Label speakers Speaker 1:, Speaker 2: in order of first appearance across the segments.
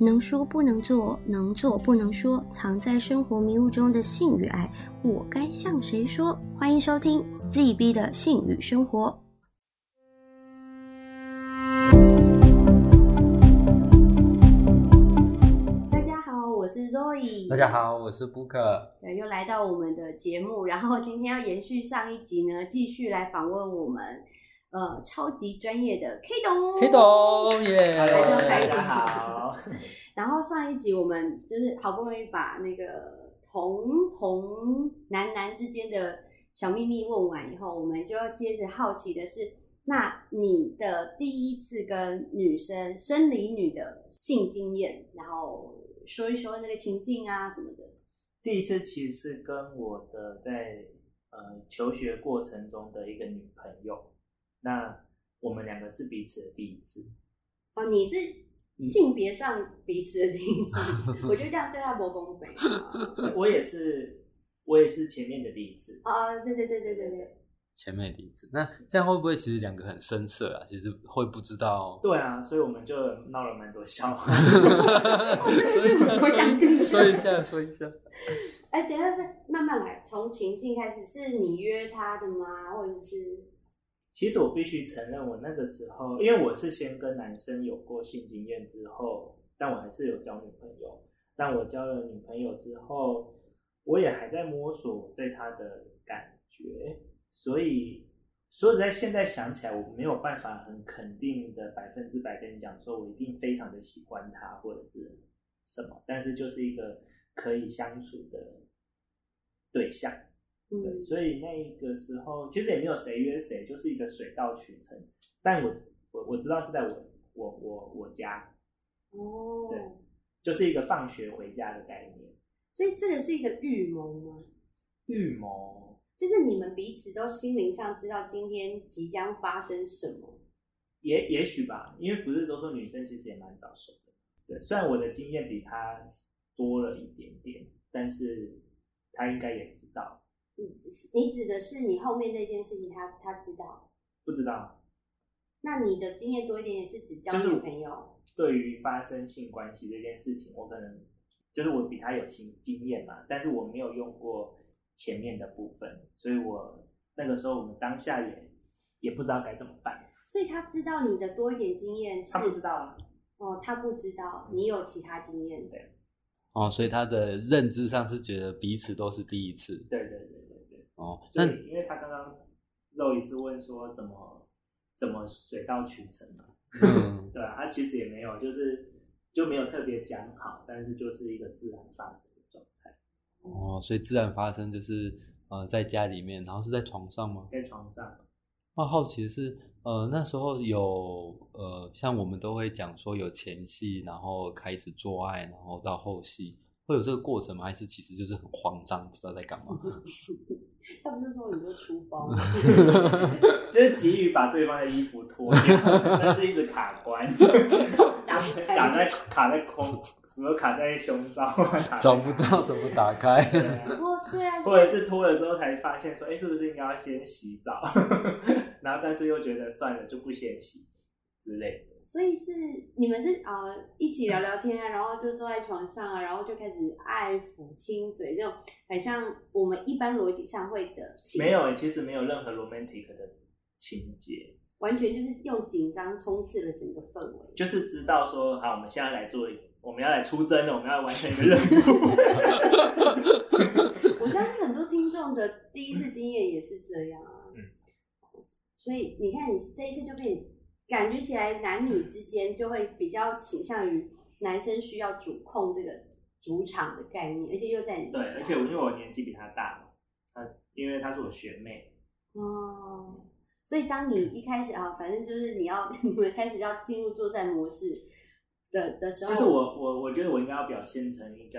Speaker 1: 能说不能做，能做不能说，藏在生活迷雾中的性与爱，我该向谁说？欢迎收听 ZB 的性与生活。大家好，我是 Zoe。
Speaker 2: 大家好，我是 Booker。
Speaker 1: 对，又来到我们的节目，然后今天要延续上一集呢，继续来访问我们呃超级专业的 K 董。
Speaker 2: K 董耶！
Speaker 1: 大家好
Speaker 3: 大家好，
Speaker 1: 然后上一集我们就是好不容易把那个同同男男之间的小秘密问完以后，我们就要接着好奇的是，那你的第一次跟女生生理女的性经验，然后说一说那个情境啊什么的。
Speaker 3: 第一次其实是跟我的在呃求学过程中的一个女朋友，那我们两个是彼此的第一次，
Speaker 1: 哦，你是
Speaker 3: 嗯
Speaker 1: 性别上彼此的第一次，我觉得这样对他不公平啊。
Speaker 3: 我也是我也是前面的第一次，
Speaker 1: 啊，对对对对对对，
Speaker 2: 前面的例子，那这样会不会其实两个很生涩啊？其实会不知道。
Speaker 3: 对啊，所以我们就闹了蛮多笑话，
Speaker 2: 说一下，
Speaker 1: 我想跟你
Speaker 2: 说一下，说一下。
Speaker 1: 哎，等一下，慢慢来，从情境开始，是你约他的吗？或者是
Speaker 3: 其实我必须承认，我那个时候，因为我是先跟男生有过性经验之后，但我还是有交女朋友。但我交了女朋友之后，我也还在摸索对她的感觉，所以说实在，现在想起来，我没有办法很肯定的百分之百跟你讲，说我一定非常的喜欢她或者是什么，但是就是一个可以相处的对象。对，
Speaker 1: 嗯，
Speaker 3: 所以那个时候其实也没有谁约谁，就是一个水到渠成。但我我我知道是在我我我我家，
Speaker 1: 哦，
Speaker 3: 对就是一个放学回家的概念。
Speaker 1: 所以这个是一个预谋吗？
Speaker 3: 预谋
Speaker 1: 就是你们彼此都心灵上知道今天即将发生什么。
Speaker 3: 也也许吧，因为不是都说女生其实也蛮早熟的。对，虽然我的经验比她多了一点点，但是她应该也知道，
Speaker 1: 你你指的嗯是你后面那件事情他，他知道。
Speaker 3: 不知道
Speaker 1: 那你的经验多一点点，是指交
Speaker 3: 就是
Speaker 1: 女朋友？
Speaker 3: 对于发生性关系这件事情，我可能就是我比他有经经验嘛，但是我没有用过前面的部分，所以我那个时候我们当下也也不知道该怎么办。
Speaker 1: 所以他知道你的多一点经验是
Speaker 3: 他不知道啊，
Speaker 1: 哦，他不知道
Speaker 3: 嗯
Speaker 1: 你有其他经验的。
Speaker 2: 哦，所以他的认知上是觉得彼此都是第一次
Speaker 3: 对对对对对，
Speaker 2: 哦。
Speaker 3: 所
Speaker 2: 那
Speaker 3: 以因为他刚刚肉一次问说怎么怎么水到渠成嘛，
Speaker 2: 嗯，
Speaker 3: 对啊，他其实也没有，就是就没有特别讲好，但是就是一个自然发生的状态，
Speaker 2: 哦，所以自然发生就是呃，在家里面，然后是在床上吗？
Speaker 3: 在床上。
Speaker 2: 那好奇的是，呃，那时候有呃，像我们都会讲说有前戏，然后开始做爱，然后到后戏，会有这个过程吗？还是其实就是很慌张，不知道在干嘛？
Speaker 3: 嗯
Speaker 1: 他不是说你就出包吗？
Speaker 3: 嗯就是急于把对方的衣服脱掉，但是一直卡关，
Speaker 1: 打不开
Speaker 3: 卡在卡在空，有没有卡在胸罩，卡在
Speaker 2: 找不到，怎么打开？
Speaker 3: 对啊
Speaker 1: 不过对啊，
Speaker 3: 或者是脱了之后才发现说，哎、是不是应该要先洗澡？ 然后但是又觉得算了，就不先洗之类的。
Speaker 1: 所以是你们是啊、呃一起聊聊天啊，然后就坐在床上啊，然后就开始爱抚、亲嘴这种，很像我们一般逻辑上会的情，
Speaker 3: 没有，其实没有任何 romantic 的情节，
Speaker 1: 完全就是用紧张充斥了整个氛围。
Speaker 3: 就是知道说，好，我们现在来做，我们要来出征了，我们要完成一个任务。
Speaker 1: 我相信很多听众的第一次经验也是这样啊。
Speaker 3: 嗯
Speaker 1: 所以你看，你这一次就变，感觉起来男女之间就会比较倾向于男生需要主控这个主场的概念，而且又在你
Speaker 3: 对，
Speaker 1: 家
Speaker 3: 而且我因为我年纪比他大嘛，他因为他是我学妹，
Speaker 1: 哦，所以当你一开始啊，反正就是你要 你们开始要进入作战模式的的时候，
Speaker 3: 就是我我我觉得我应该要表现成应该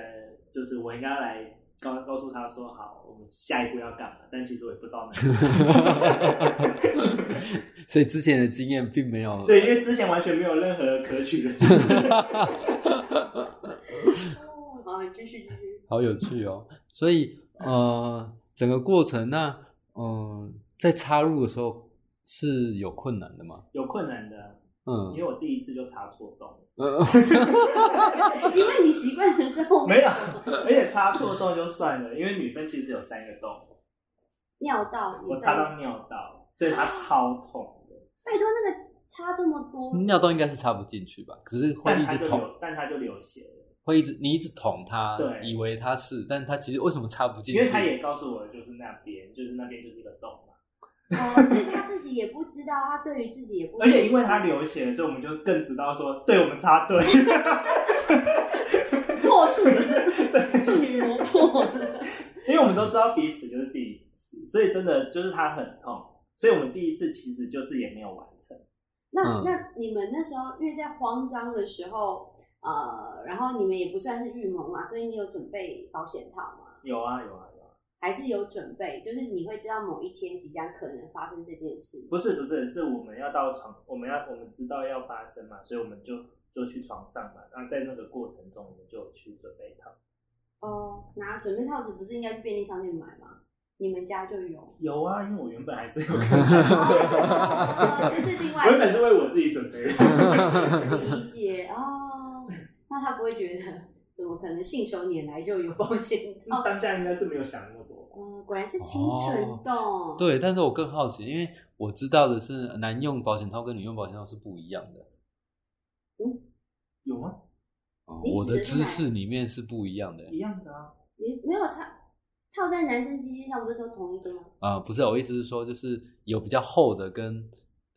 Speaker 3: 就是我应该要来告告诉他说好，我们下一步要干嘛，但其实我也不知 道哪里。
Speaker 2: 所以之前的经验并没有
Speaker 3: 对，因为之前完全没有任何可取的经验。
Speaker 1: 哦，好，继续继续，
Speaker 2: 好有趣哦。所以呃，整个过程那嗯、呃在插入的时候是有困难的吗？
Speaker 3: 有困难的，
Speaker 2: 嗯
Speaker 3: 因为我第一次就插错洞，
Speaker 2: 呃，
Speaker 1: 因为你习惯的时候
Speaker 3: 没有，而且插错洞就算了，因为女生其实有三个洞，
Speaker 1: 尿道，
Speaker 3: 我
Speaker 1: 你
Speaker 3: 插
Speaker 1: 知道
Speaker 3: 到尿道，所以它超痛的，
Speaker 1: 拜托那个插这么多，
Speaker 2: 尿道应该是插不进去吧？可是会
Speaker 3: 但
Speaker 2: 一
Speaker 3: 它
Speaker 2: 直
Speaker 3: 就
Speaker 2: 捅，
Speaker 3: 流，但它就流血了，
Speaker 2: 会一直你一直捅它，
Speaker 3: 对
Speaker 2: 以为它是，但它其实为什么插不进去？
Speaker 3: 因为他也告诉我就是那边，就是那边就是一个洞嘛，
Speaker 1: 哦，所以他自己也不知道，他对于自己也不，
Speaker 3: 而且因为它流血，所以我们就更知道说，对我们插对，
Speaker 1: 破 处了，处女膜破了，
Speaker 3: 因为我们都知道彼此就是第一次，所以真的就是它很痛，所以我们第一次其实就是也没有完成。
Speaker 1: 那
Speaker 2: 嗯
Speaker 1: 那你们那时候因为在慌张的时候，呃，然后你们也不算是预谋嘛，所以你有准备保险套吗？
Speaker 3: 有啊有啊有啊，
Speaker 1: 还是有准备？就是你会知道某一天即将可能发生这件事。
Speaker 3: 不是不是，是我们要到床，我们要我们知道要发生嘛，所以我们就就去床上嘛。那在那个过程中，我们就去准备套子。。
Speaker 1: 哦，拿准备套子不是应该去便利商店买吗？你们家就有
Speaker 3: 有啊，因为我原本还是 有
Speaker 1: 哦
Speaker 3: 看，
Speaker 1: 这是另
Speaker 3: 我
Speaker 1: 外一
Speaker 3: 原
Speaker 1: 个
Speaker 3: 本是为我自己准备的。
Speaker 1: 理解哦，那他不会觉得怎么可能信手拈来就有保险套？
Speaker 3: 当下应该是没有想那么多吧。
Speaker 1: 嗯，果然是青春痘、
Speaker 3: 哦
Speaker 2: 对，但是我更好奇，因为我知道的是，男用保险套跟女用保险套是不一样的。
Speaker 3: 有啊吗？
Speaker 2: 哦
Speaker 1: 你
Speaker 2: 我
Speaker 1: 指的
Speaker 2: 的
Speaker 1: 是哪
Speaker 2: 知识里面是不一样的
Speaker 3: 一样的啊。
Speaker 1: 你没有套套在男生鸡鸡上，不是都同一个吗？
Speaker 2: 啊、不是，我意思是说，就是有比较厚的跟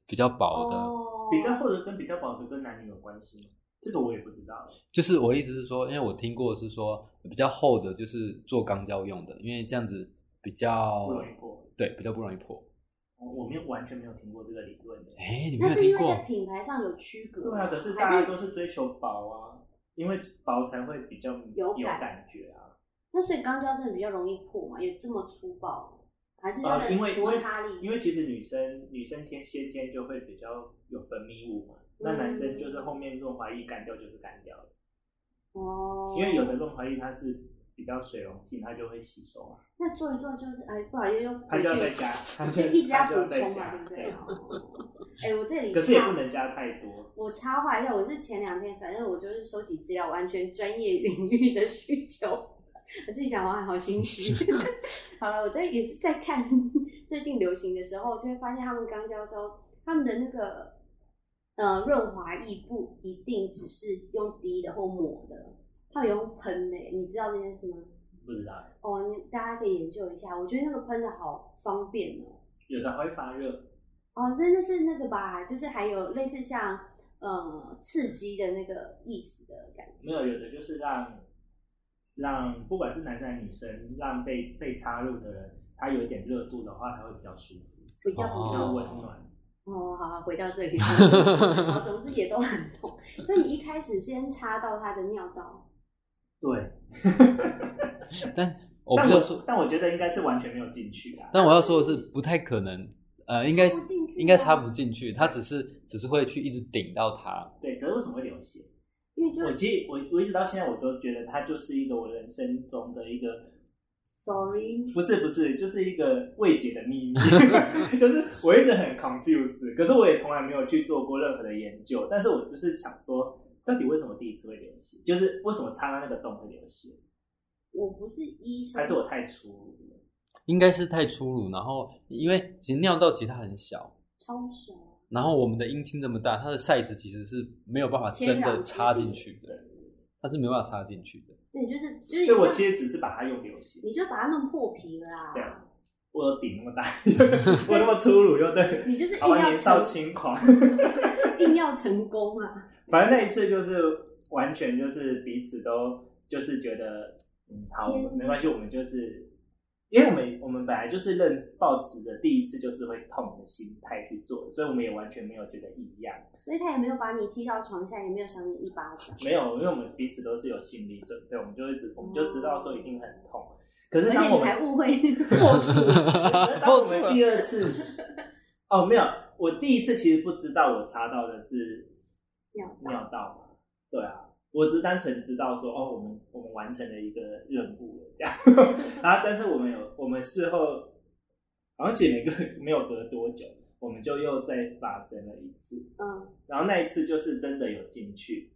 Speaker 2: 比较薄的，
Speaker 1: 哦，
Speaker 3: 比较或者跟比较薄的跟男女有关系吗？这个我也不知道。
Speaker 2: 就是我意思是说，因为我听过是说比较厚的，就是做钢胶用的，因为这样子比较
Speaker 3: 不容易破，
Speaker 2: 对，比较不容易破。
Speaker 3: 我没有完全没有听过这个理论的。
Speaker 2: 哎，你
Speaker 1: 那
Speaker 2: 没有
Speaker 1: 是因
Speaker 2: 听
Speaker 1: 为在
Speaker 2: 过？
Speaker 1: 品牌上有区隔，
Speaker 3: 对啊，可是大
Speaker 1: 还
Speaker 3: 家
Speaker 1: 是
Speaker 3: 都是追求薄啊，因为薄才会比较
Speaker 1: 有感
Speaker 3: 感觉啊。
Speaker 1: 那所以钢胶真的比较容易破嘛，也这么粗暴，还是它
Speaker 3: 呃，
Speaker 1: 的
Speaker 3: 因为因
Speaker 1: 摩
Speaker 3: 为
Speaker 1: 擦力，
Speaker 3: 因为其实女生女生天先天就会比较有分泌物嘛，那男生
Speaker 1: 嗯
Speaker 3: 就是后面润滑液干掉就是干掉了，
Speaker 1: 哦，
Speaker 3: 因为有的润滑液它是比较水溶性，它就会吸收啊，
Speaker 1: 那做一做就是哎，不好意思，又
Speaker 3: 它
Speaker 1: 回
Speaker 3: 就要
Speaker 1: 去
Speaker 3: 再加，它
Speaker 1: 就
Speaker 3: 就
Speaker 1: 一直要
Speaker 3: 它
Speaker 1: 补
Speaker 3: 就要再
Speaker 1: 充嘛，
Speaker 3: 加
Speaker 1: 对，不对？哦哎、我这里
Speaker 3: 可是也
Speaker 1: 插
Speaker 3: 不能加太多。
Speaker 1: 我插话一下，我是前两天，反正我就是收集资料，完全专业领域的需求。我自己讲完好心虚。 好了，我在也是在看最近流行的时候，就会发现他们刚教授他们的那个呃润滑液不一定只是用滴的或抹的，他们有用喷的耶，欸你知道这件事吗？
Speaker 3: 不知道，
Speaker 1: 哦，你大家可以研究一下，我觉得那个喷的好方便哦。
Speaker 3: 有的还会发热，
Speaker 1: 哦，真的是那个吧，就是还有类似像呃刺激的那个意思的感觉。
Speaker 3: 没有，有的就是让让不管是男生还是女生，让被被插入的人，他有一点热度的话，他会比较舒服，
Speaker 1: 比较
Speaker 3: 比
Speaker 1: 不
Speaker 3: 较
Speaker 1: 痛
Speaker 3: 温暖。
Speaker 1: 哦，好好，回到这里， 好，总之也都很痛。所以你一开始先插到他的尿道，
Speaker 3: 对，
Speaker 2: 但我不
Speaker 3: 但
Speaker 2: 要
Speaker 3: 我
Speaker 2: 说，
Speaker 3: 但我觉得应该是完全没有进去啊。
Speaker 2: 但我要说的是，不太可能，呃，应该是
Speaker 1: 插不进去啊
Speaker 2: 应该插不进去，它只是只是会去一直顶到它。
Speaker 3: 对，可是为什么会流血？
Speaker 1: 因为就
Speaker 3: 我记我我一直到现在我都觉得它就是一个我人生中的一个
Speaker 1: sorry，
Speaker 3: 不是不是，就是一个未解的秘密， 就是我一直很 confused，可是我也从来没有去做过任何的研究，但是我就是想说，到底为什么第一次会流血？就是为什么插到那个洞会流血？
Speaker 1: 我不是医生
Speaker 3: 还，是我太粗鲁了？
Speaker 2: 应该是太粗鲁，然后因为其实尿道其实它很小，
Speaker 1: 超熟。
Speaker 2: 然后我们的阴茎这么大，它的 size 其实是没有办法真
Speaker 1: 天壤
Speaker 2: 的
Speaker 1: 之
Speaker 2: 插
Speaker 1: 别
Speaker 2: 进去的，它是没有办法插进去的。
Speaker 1: 对，就是就
Speaker 3: 所
Speaker 1: 是
Speaker 3: 以我
Speaker 1: 你就
Speaker 3: 其实只是把它用流血，
Speaker 1: 你就把它弄破皮了啦。
Speaker 3: 对啊我的饼那么大， 我那么粗鲁又对，
Speaker 1: 你就是硬
Speaker 3: 好吧，
Speaker 1: 要
Speaker 3: 年少
Speaker 1: 成
Speaker 3: 轻狂。
Speaker 1: 硬要成功啊！
Speaker 3: 反正那一次就是完全就是彼此都就是觉得，嗯，好，我们没关系，我们就是，因为我们我们本来就是认抱持着第一次就是会痛的心态去做，所以我们也完全没有觉得异样，
Speaker 1: 所以他也没有把你踢到床下，也没有赏你一巴掌。
Speaker 3: 没有，因为我们彼此都是有心理准备，我们就一直我们就知道说一定很痛。可是
Speaker 1: 而且
Speaker 3: 当我
Speaker 1: 你
Speaker 3: 们
Speaker 1: 还误会 破处，
Speaker 3: 当我们第二次，哦，没有，我第一次其实不知道我插到的是
Speaker 1: 尿道
Speaker 3: 尿道嘛，对啊，我只是单纯知道说，哦，我们我们完成了一个任务了这样，然后但是我们有我们事后好像其实没隔没有隔多久，我们就又再发生了一次，
Speaker 1: 嗯，
Speaker 3: 然后那一次就是真的有进去，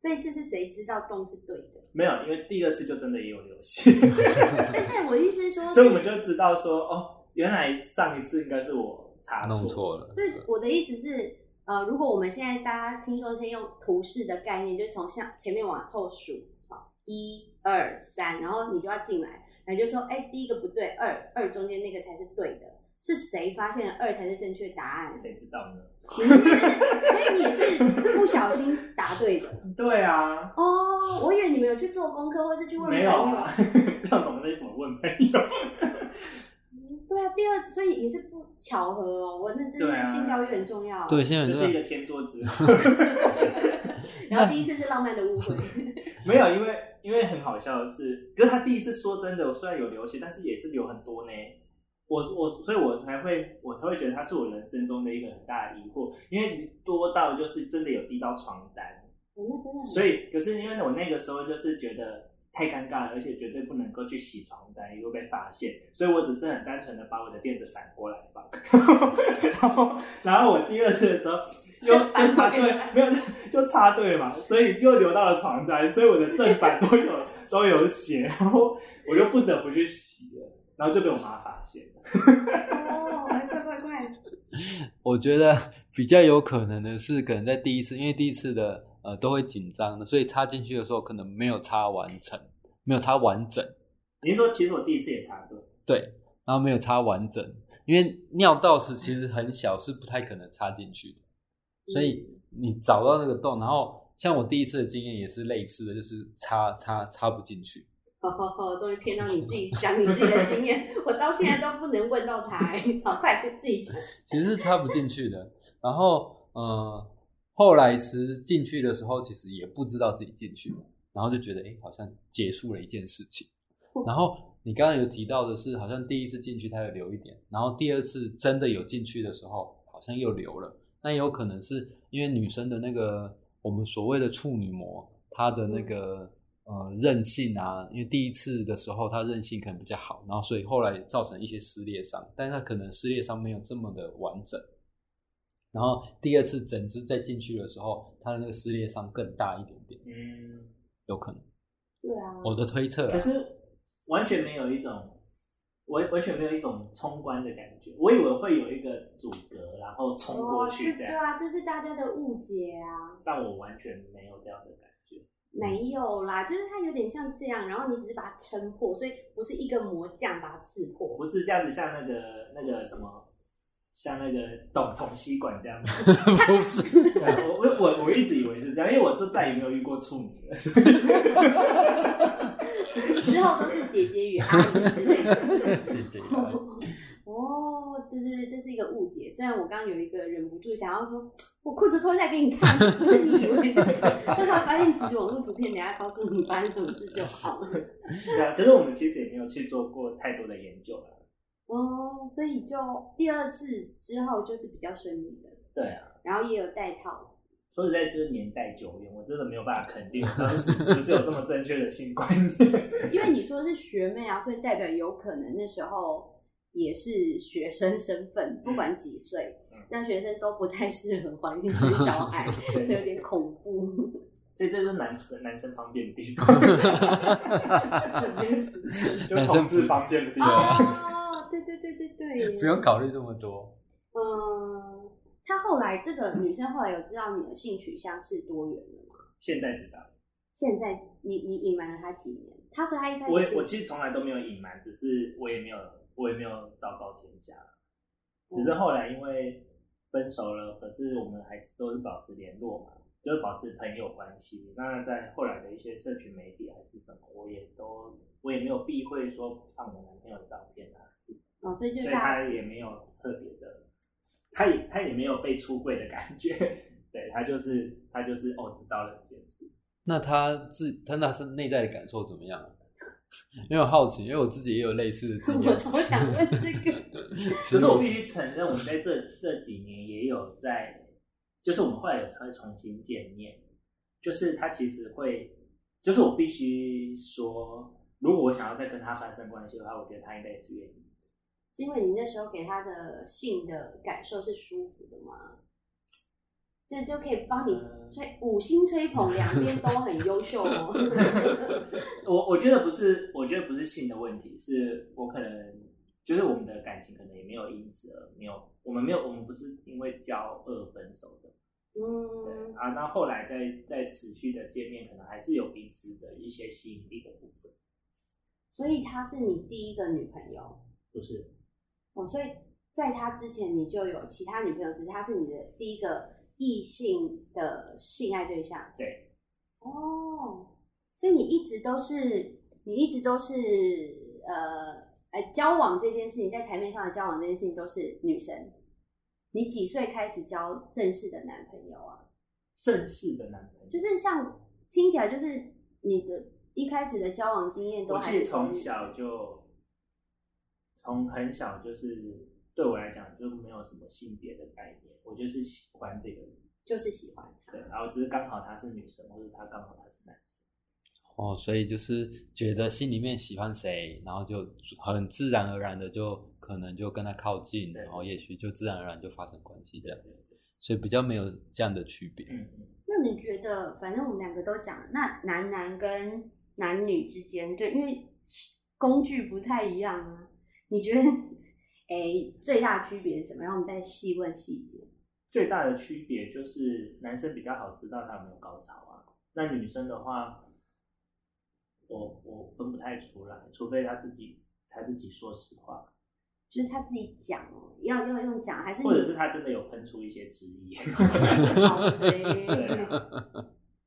Speaker 1: 这一次是谁知道洞是对 的？
Speaker 3: 没有，因为第二次就真的也有流血，
Speaker 1: 但是我的意思是说，
Speaker 3: 所以我们就知道说，哦，原来上一次应该是我查
Speaker 2: 啊弄错了，
Speaker 1: 对，我的意思是，呃，如果我们现在大家听说先用图示的概念，就是从向前面往后数，好，一二三，然后你就要进来，然后就说，哎，第一个不对，二二中间那个才是对的，是谁发现了二才是正确答案？
Speaker 3: 谁知道呢？
Speaker 1: 你是所以你也是不小心答对的
Speaker 3: 对啊，
Speaker 1: 哦。我以为你们有去做功课，或是去问朋
Speaker 3: 没有啊
Speaker 1: 友。，
Speaker 3: 这样怎么那怎么问朋友？
Speaker 1: 对啊，第二，所以也是不巧合哦。我那真
Speaker 3: 对
Speaker 1: 的
Speaker 3: 啊
Speaker 1: 性教育很重要。
Speaker 2: 对，，现啊在
Speaker 3: 就
Speaker 2: 有
Speaker 3: 是一
Speaker 2: 这
Speaker 3: 个
Speaker 2: 个
Speaker 3: 天作之合。
Speaker 1: 然后第一次是浪漫的误会。
Speaker 3: 没有，因为因为很好笑的是，可是他第一次说真的，我虽然有流血，但是也是流很多呢。我我所以，我才会我才会觉得他是我人生中的一个很大的疑惑，因为多到就是真的有滴到床单，
Speaker 1: 我哦那真的很
Speaker 3: 所以可是因为我那个时候就是觉得太尴尬了，而且绝对不能够去洗床单，也会被发现，所以我只是很单纯的把我的垫子反过来放， 然后然后我第二次的时候又 就插对，没有 就插对了嘛，所以又流到了床单，所以我的正反都有 都有血，然后我就不得不去洗了，然后就被我妈发现了。
Speaker 1: 哦，哎快快快！
Speaker 2: 我觉得 比较有可能的是，可能在第一次，因为第一次的呃都会紧张的，所以插进去的时候可能没有插完成，没有插完整，
Speaker 3: 你是说其实我第一次也插对，
Speaker 2: 对，然后没有插完整，因为尿道是其实很小，是不太可能插进去的，所以你找到那个洞，然后像我第一次的经验也是类似的，就是插插插不进去，
Speaker 1: 好好好，终于骗到你自己讲你自己的经 验，我到现在都不能问到他。哎好，快自己讲。
Speaker 2: 其实是插不进去的。然后呃，后来其实进去的时候，其实也不知道自己进去了，然后就觉得哎，诶好像结束了一件事情。然后你刚刚有提到的是，好像第一次进去它有流一点，然后第二次真的有进去的时候，好像又流了。那有可能是因为女生的那个我们所谓的处女膜，她的那个呃韧性啊，因为第一次的时候她韧性可能比较好，然后所以后来造成一些撕裂伤，但是她可能撕裂伤没有这么的完整。然后第二次整只再进去的时候，它的那个撕裂伤更大一点点，
Speaker 3: 嗯，
Speaker 2: 有可能。
Speaker 1: 对啊，
Speaker 2: 我的推测、啊
Speaker 3: 可，是完全没有一种完完全没有一种冲关的感觉。我以为会有一个阻隔，然后冲过
Speaker 1: 哦
Speaker 3: 去这
Speaker 1: 对
Speaker 3: 样，
Speaker 1: 啊，这是大家的误解啊。
Speaker 3: 但我完全没有这样的感觉。
Speaker 1: 没有啦，就是它有点像这样，然后你只是把它撑破，所以不是一个魔酱把它刺
Speaker 3: 我
Speaker 1: 破。
Speaker 3: 不是这样子，像那个那个什么。像那个懂捅吸管这样子，
Speaker 2: 不是，
Speaker 3: 对啊我我我我一直以为是这样，因为我就再也没有遇过处女了。 所以
Speaker 1: 之后都是姐姐与阿姨之类的。
Speaker 2: 姐姐
Speaker 1: 哦，对对对，这是一个误解。虽然我刚刚有一个忍不住想要说，我裤子脱下来给你看， 不是你以为的，但后来发现其实网络图片，等一下告诉你发生什么事就好了。
Speaker 3: 对啊，可是我们其实也没有去做过太多的研究了。
Speaker 1: 哦，所以就第二次之后就是比较顺利的，
Speaker 3: 对啊，
Speaker 1: 然后也有戴套。
Speaker 3: 说实在，是不是年代久远，我真的没有办法肯定我当时是不是有这么正确的性观念。
Speaker 1: 因为你说是学妹啊，所以代表有可能那时候也是学生身份，不管几岁
Speaker 3: 嗯，
Speaker 1: 那学生都不太适合怀孕生小 孩，所以有点恐怖。
Speaker 3: 所以这就是男男生方便的地方，
Speaker 1: 什么意思？
Speaker 3: 就是同志方便的地方。
Speaker 1: 哦，对对对对对，
Speaker 2: 不用。考虑这么多。
Speaker 1: 嗯，她后来这个女生后来有知道你的性取向是多元的吗？
Speaker 3: 现在知道，
Speaker 1: 现在你你隐瞒了她几年？她说她一开始
Speaker 3: 我也我其实从来都没有隐瞒，只是我也没有我也没有昭告天下，只是后来因为分手了，可是我们还是都是保持联络嘛，就是保持朋友关系。那在后来的一些社群媒体还是什么，我也都我也没有避讳说放我男朋友的照片啊，是什
Speaker 1: 哦，所以
Speaker 3: 么
Speaker 1: 就是
Speaker 3: 所以他
Speaker 1: 她
Speaker 3: 也没有特别的，他也他也没有被出柜的感觉， 对他就是他就是哦知道了这件事。
Speaker 2: 那他自他那是内在的感受怎么样？啊因为我好奇，因为我自己也有类似的经
Speaker 1: 我
Speaker 2: 验。
Speaker 1: 超想问这 个。
Speaker 2: 其
Speaker 3: 可
Speaker 2: 实
Speaker 3: 是
Speaker 2: 我
Speaker 3: 我必须承认，我们在这这几年也有在，就是我们后来有才会重新见面，就是他其实会，就是我必须说，如果我想要再跟他发生关系的话，我觉得他应该也是愿意。
Speaker 1: 是因为你那时候给他的性的感受是舒服的吗？这就可以帮你
Speaker 3: 呃
Speaker 1: 吹五星吹捧，两边都很优秀哦。
Speaker 3: 我我觉得不是，我觉得不是性的问题，是我可能就是我们的感情可能也没有因此而没有，我们没有，我们不是因为交恶分手的，对
Speaker 1: 嗯，
Speaker 3: 啊，那后来再再持续的见面，可能还是有彼此的一些吸引力的部分，
Speaker 1: 所以她是你第一个女朋友
Speaker 3: 不是？
Speaker 1: 哦，所以在她之前你就有其他女朋友，只是她是你的第一个异性的性爱对象。
Speaker 3: 对，
Speaker 1: 哦，所以你一直都是，你一直都是呃呃，交往这件事情，在台面上的交往这件事情都是女生。你几岁开始交正式的男朋友啊？
Speaker 3: 盛世的男朋友，
Speaker 1: 就是像听起来就是你的一开始的交往经验都
Speaker 3: 我
Speaker 1: 还
Speaker 3: 其
Speaker 1: 是
Speaker 3: 实从
Speaker 1: 女
Speaker 3: 小
Speaker 1: 生
Speaker 3: 就，从很小就是对我来讲就没有什么性别的概念，我就是喜欢这个人，
Speaker 1: 就是喜欢他
Speaker 3: 对，，然后只是刚好他是女生，或者他刚好他是男生，
Speaker 2: 哦，所以就是觉得心里面喜欢谁，然后就很自然而然的就可能就跟他靠近，
Speaker 3: 对
Speaker 2: 然后也许就自然而然就发生关系这样，
Speaker 3: 对对，
Speaker 2: 所以比较没有这样的区别。
Speaker 3: 嗯嗯。
Speaker 1: 那你觉得，反正我们两个都讲了，那男男跟男女之间，对，因为工具不太一样啊，你觉得，哎、最大区别是什么？然后我们再细问细节。
Speaker 3: 最大的区别就是男生比较好知道他有没有高潮啊，那女生的话，我我分不太出来，除非他自己他自己说实话，
Speaker 1: 就是他自己讲哦，要要用讲，还是你
Speaker 3: 或者是他真的有喷出一些汁液。
Speaker 1: 好 吹
Speaker 3: 对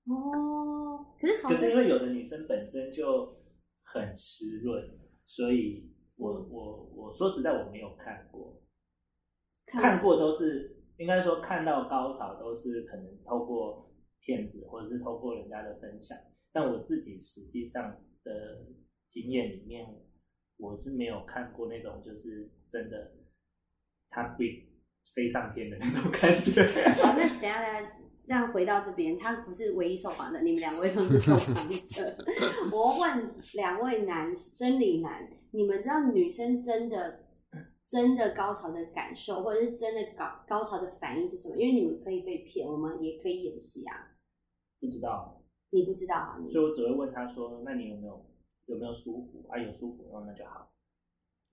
Speaker 1: 哦，可是从
Speaker 3: 可是因为有的女生本身就很湿润，所以我我我说实在我没有看过，看过都是应该说看到高潮都是可能透过骗子或者是透过人家的分享，但我自己实际上的经验里面，我是没有看过那种就是真的他会飞上天的那种感觉。
Speaker 1: 好，那等一下大家这样回到这边，他不是唯一受访者，你们两位都是受访者。 我问两位男生理男，你们知道女生真的真的高潮的感受，或者是真的高高潮的反应是什么？因为你们可以被骗，我们也可以演戏啊。
Speaker 3: 不知道，
Speaker 1: 你不知道啊，你
Speaker 3: 所以我只会问他说：“那你有没有有没有舒服啊？有舒服，哦，那就好。”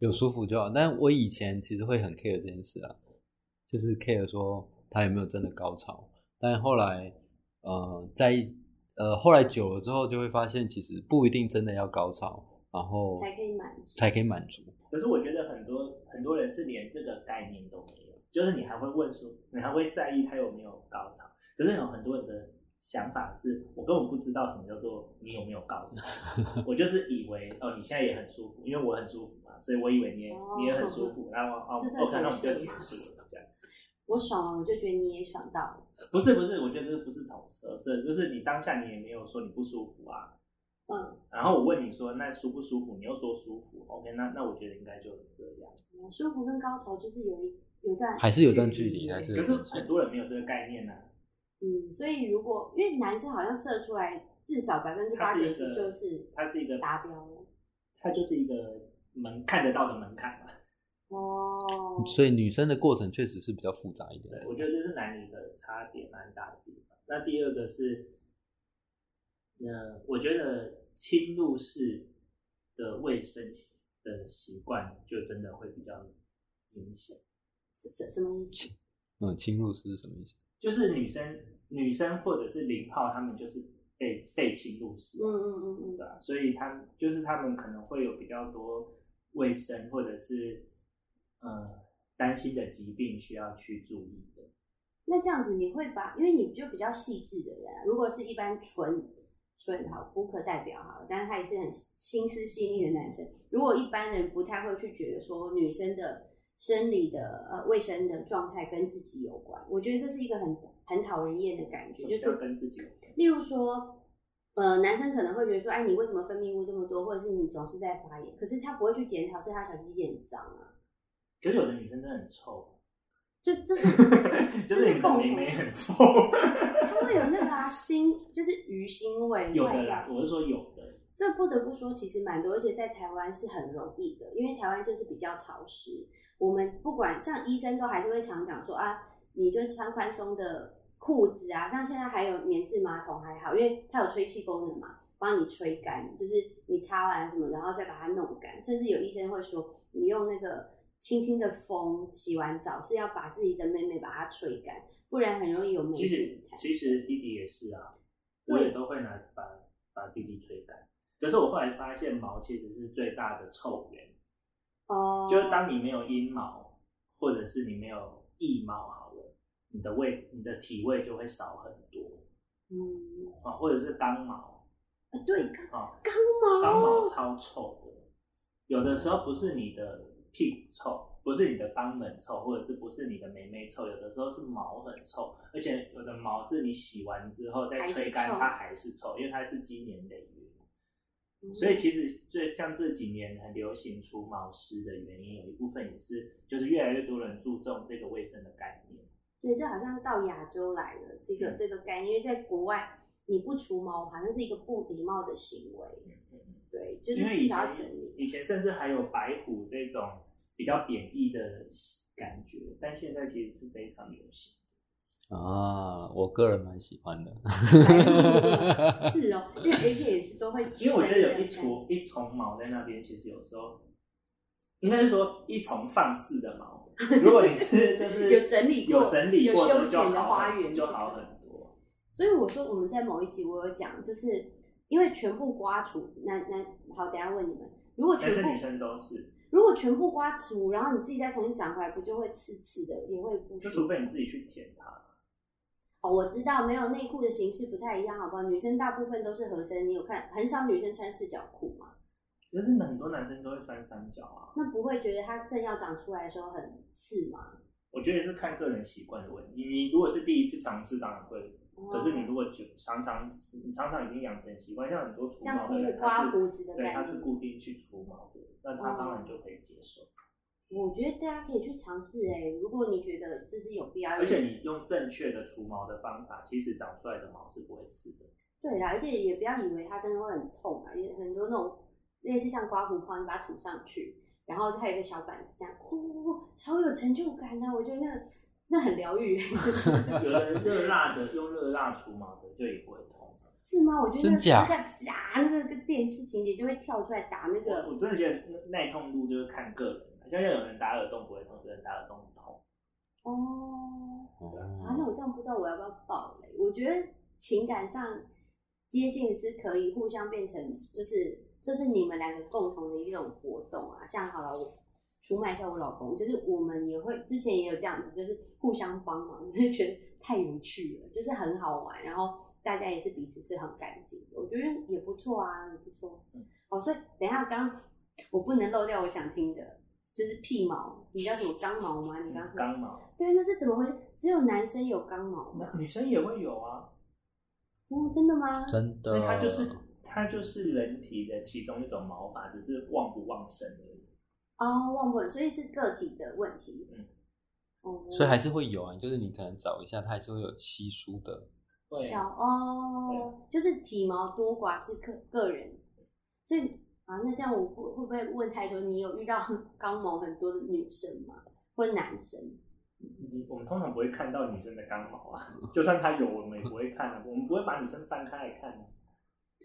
Speaker 2: 有舒服就好。但我以前其实会很 care 这件事啊，就是 care 说他有没有真的高潮。但后来，呃，在一呃后来久了之后，就会发现其实不一定真的要高潮，然后
Speaker 1: 才可以满足
Speaker 2: 才可以满足。
Speaker 3: 可是我觉得很多很多人是连这个概念都没有，就是你还会问说，你还会在意他有没有高潮。可是有很多人的想法是，我根本不知道什么叫做你有没有高潮，我就是以为哦你现在也很舒服，因为我很舒服嘛，所以我以为你也、
Speaker 1: 哦
Speaker 3: 你也很舒服，然后哦
Speaker 1: 这算
Speaker 3: OK，那我们就
Speaker 1: 投射
Speaker 3: 结
Speaker 1: 吗
Speaker 3: 束了这样。
Speaker 1: 我爽完我就觉得你也爽到了，
Speaker 3: 不是不是，我觉得这不是投射，是就是你当下你也没有说你不舒服啊。
Speaker 1: 嗯，
Speaker 3: 然后我问你说那舒不舒服，你又说舒服，OK，那那我觉得应该就这样。
Speaker 1: 舒服跟高潮就是有一有一段
Speaker 2: 还是有段距离
Speaker 1: 耶
Speaker 2: 还是
Speaker 3: 可是很多人没有这个概念啊呐、
Speaker 1: 嗯，所以如果因为男生好像射出来至少百分之八
Speaker 3: 它是
Speaker 1: 九
Speaker 3: 一
Speaker 1: 十
Speaker 3: 个，
Speaker 1: 就是
Speaker 3: 它是一个
Speaker 1: 达标了
Speaker 3: 它就是一个门看得到的门槛嘛。
Speaker 1: 哦。
Speaker 2: 嗯所以女生的过程确实是比较复杂一点。
Speaker 3: 对，我觉得这是男女的差别蛮大的地方。那第二个是，呃，我觉得侵入式的卫生习的习惯就真的会比较明显，
Speaker 1: 是什什么意思？
Speaker 2: 嗯，侵入式是什么意思？
Speaker 3: 就是女生女生或者是零号，他们就是被被侵入式，
Speaker 1: 嗯嗯嗯
Speaker 3: 对
Speaker 1: 嗯，
Speaker 3: 啊，所以他们就是他们可能会有比较多卫生或者是呃担心的疾病需要去注意的。
Speaker 1: 那这样子你会把，因为你就比较细致的人啊、如果是一般纯纯好顾客代表好了，但是他也是很心思细腻的男生。如果一般人不太会去觉得说女生的生理的呃卫生的状态跟自己有关，我觉得这是一个很很讨人厌的感觉，就
Speaker 3: 就是
Speaker 1: 是
Speaker 3: 要跟自己有关。
Speaker 1: 例如说，呃，男生可能会觉得说，哎，你为什么分泌物这么多，或者是你总是在发炎，可是他不会去检讨，是他小鸡鸡很脏啊，
Speaker 3: 可是有的女生真的很臭，
Speaker 1: 就这是
Speaker 3: 就是你的
Speaker 1: 共
Speaker 3: 妹
Speaker 1: 同
Speaker 3: 妹很臭，
Speaker 1: 他会有那个啊腥，就是鱼腥味，
Speaker 3: 有
Speaker 1: 坏
Speaker 3: 的
Speaker 1: 掉
Speaker 3: 啦，我是说有的。
Speaker 1: 这不得不说，其实蛮多，而且在台湾是很容易的，因为台湾就是比较潮湿。我们不管像医生都还是会常讲说啊，你就穿宽松的裤子啊，像现在还有棉质马桶还好，因为它有吹气功能嘛，帮你吹干，就是你擦完什么，然后再把它弄干。甚至有医生会说，你用那个轻轻的风洗完澡是要把自己的妹妹把它吹干，不然很容易有霉
Speaker 3: 其实
Speaker 1: 菌产生。
Speaker 3: 其实弟弟也是啊，
Speaker 1: 对
Speaker 3: 我也都会拿把把弟弟吹干。可是我后来发现毛其实是最大的臭源，
Speaker 1: 哦，
Speaker 3: 就是当你没有阴毛，或者是你没有腋毛好了，你的味你的体味就会少很多
Speaker 1: 嗯，
Speaker 3: 啊，或者是肛毛
Speaker 1: 啊对，刚
Speaker 3: 啊，
Speaker 1: 刚
Speaker 3: 肛
Speaker 1: 毛
Speaker 3: 毛超臭的，有的时候不是你的屁股臭，不是你的肛门臭，或者是不是你的眉眉臭，有的时候是毛很臭，而且有的毛是你洗完之后再
Speaker 1: 还是
Speaker 3: 吹干
Speaker 1: 臭
Speaker 3: 它还是臭，因为它是积年累月。
Speaker 1: 嗯
Speaker 3: 所以其实最像这几年很流行除毛师的原因，有一部分也是就是越来越多人注重这个卫生的概念。
Speaker 1: 对，这好像到亚洲来了，这个、
Speaker 3: 嗯
Speaker 1: 这个概念，因为在国外你不除毛好像是一个不礼貌的行为，对，就是
Speaker 3: 嗯因为
Speaker 1: 至
Speaker 3: 以前
Speaker 1: 少要整 理。
Speaker 3: 以前甚至还有白虎这种比较贬义的感觉，但现在其实是非常流行。
Speaker 2: 啊，我个人蛮喜欢
Speaker 1: 啊
Speaker 2: 的。
Speaker 1: 是哦，因为 A 片也是都会，
Speaker 3: 因为我觉得有一撮一丛毛在那边，其实有时候应该是说一丛放肆的毛。如果 你是就是
Speaker 1: 有整理过
Speaker 3: 有整理
Speaker 1: 有
Speaker 3: 过
Speaker 1: 修
Speaker 3: 的，就
Speaker 1: 剪的
Speaker 3: 好
Speaker 1: 花
Speaker 3: 很
Speaker 1: 园
Speaker 3: 就是好
Speaker 1: 吧
Speaker 3: 很多。
Speaker 1: 所以我说我们在某一集我有讲，就是因为全部刮除，男男好，等一下问你们，如果
Speaker 3: 男
Speaker 1: 全部
Speaker 3: 生女生都是，
Speaker 1: 如果全部刮除，然后你自己再重新长回来，不就会刺刺的，也会不舒服。
Speaker 3: 就除非你自己去舔它。
Speaker 1: 哦，我知道，没有内裤的形式不太一样，好不好？女生大部分都是合身，你有看很少女生穿四角裤嘛？
Speaker 3: 可是很多男生都会穿三角啊，
Speaker 1: 那不会觉得它正要长出来的时候很刺吗？
Speaker 3: 我觉得是看个人习惯的问题。你如果是第一次尝试，当然会；可是你如果久常常你常常已经养成习惯，像很多除毛
Speaker 1: 像刮
Speaker 3: 的人，
Speaker 1: 刮
Speaker 3: 他
Speaker 1: 胡
Speaker 3: 是
Speaker 1: 子的
Speaker 3: 对
Speaker 1: 概
Speaker 3: 他是
Speaker 1: 念，
Speaker 3: 固定去除毛的，那他当然就可以接受。
Speaker 1: 哦我觉得大家可以去尝试哎，如果你觉得这是有必要，
Speaker 3: 而且你用正确的除毛的方法，其实长出来的毛是不会刺的。
Speaker 1: 对啦，而且也不要以为它真的会很痛啊，也很多那种类似像刮胡泡，你把它涂上去，然后它有一个小板子这样，呼、超有成就感的、啊我觉得那那很疗 愈，
Speaker 3: 有的人热辣的用热辣除毛的就也不会痛。
Speaker 1: 是吗？我觉得
Speaker 2: 真假
Speaker 1: 那砸那个电视情节就会跳出来打那
Speaker 3: 我
Speaker 1: 个，
Speaker 3: 我真的觉得耐痛度就是看个人，像有人打耳洞不会痛，有人打耳洞不痛。
Speaker 1: 哦，啊，那
Speaker 2: 哦，
Speaker 1: 我这样不知道我要不要爆雷。我觉得情感上接近是可以互相变成，就是这是你们两个共同的一种活动啊。像好了，我出卖一下我老公，就是我们也会之前也有这样子，就是互相帮忙， 就觉得太有趣了，就是很好玩，然后大家也是彼此是很干净的，我觉得也不错啊，也不错。
Speaker 3: 嗯
Speaker 1: 哦，所以等一下刚我不能漏掉我想听的。就是屁毛，你叫什么刚毛吗？你刚刚说
Speaker 3: 刚毛。
Speaker 1: 对，那是怎么回事？只有男生有刚毛吗？
Speaker 3: 那女生也会有啊，
Speaker 1: 哦，真的吗？
Speaker 2: 真
Speaker 3: 因为
Speaker 2: 的，
Speaker 3: 它就是
Speaker 2: 啊
Speaker 3: 它就是人体的其中一种毛发，只是旺不旺盛而已。
Speaker 1: 哦，忘不了，所以是个体的问题。
Speaker 3: 嗯，
Speaker 1: 哦，
Speaker 2: 所以还是会有啊，就是你可能找一下，它还是会有稀疏的。
Speaker 3: 对
Speaker 1: 小
Speaker 3: 啊，
Speaker 1: 哦，就是体毛多寡是个个人，所以啊，那这样我会会不会问太多？你有遇到刚毛很多的女生吗？或男生？
Speaker 3: 你我们通常不会看到女生的刚毛啊，就算它有，我们也不会看啊，我们不会把女生翻开来看啊。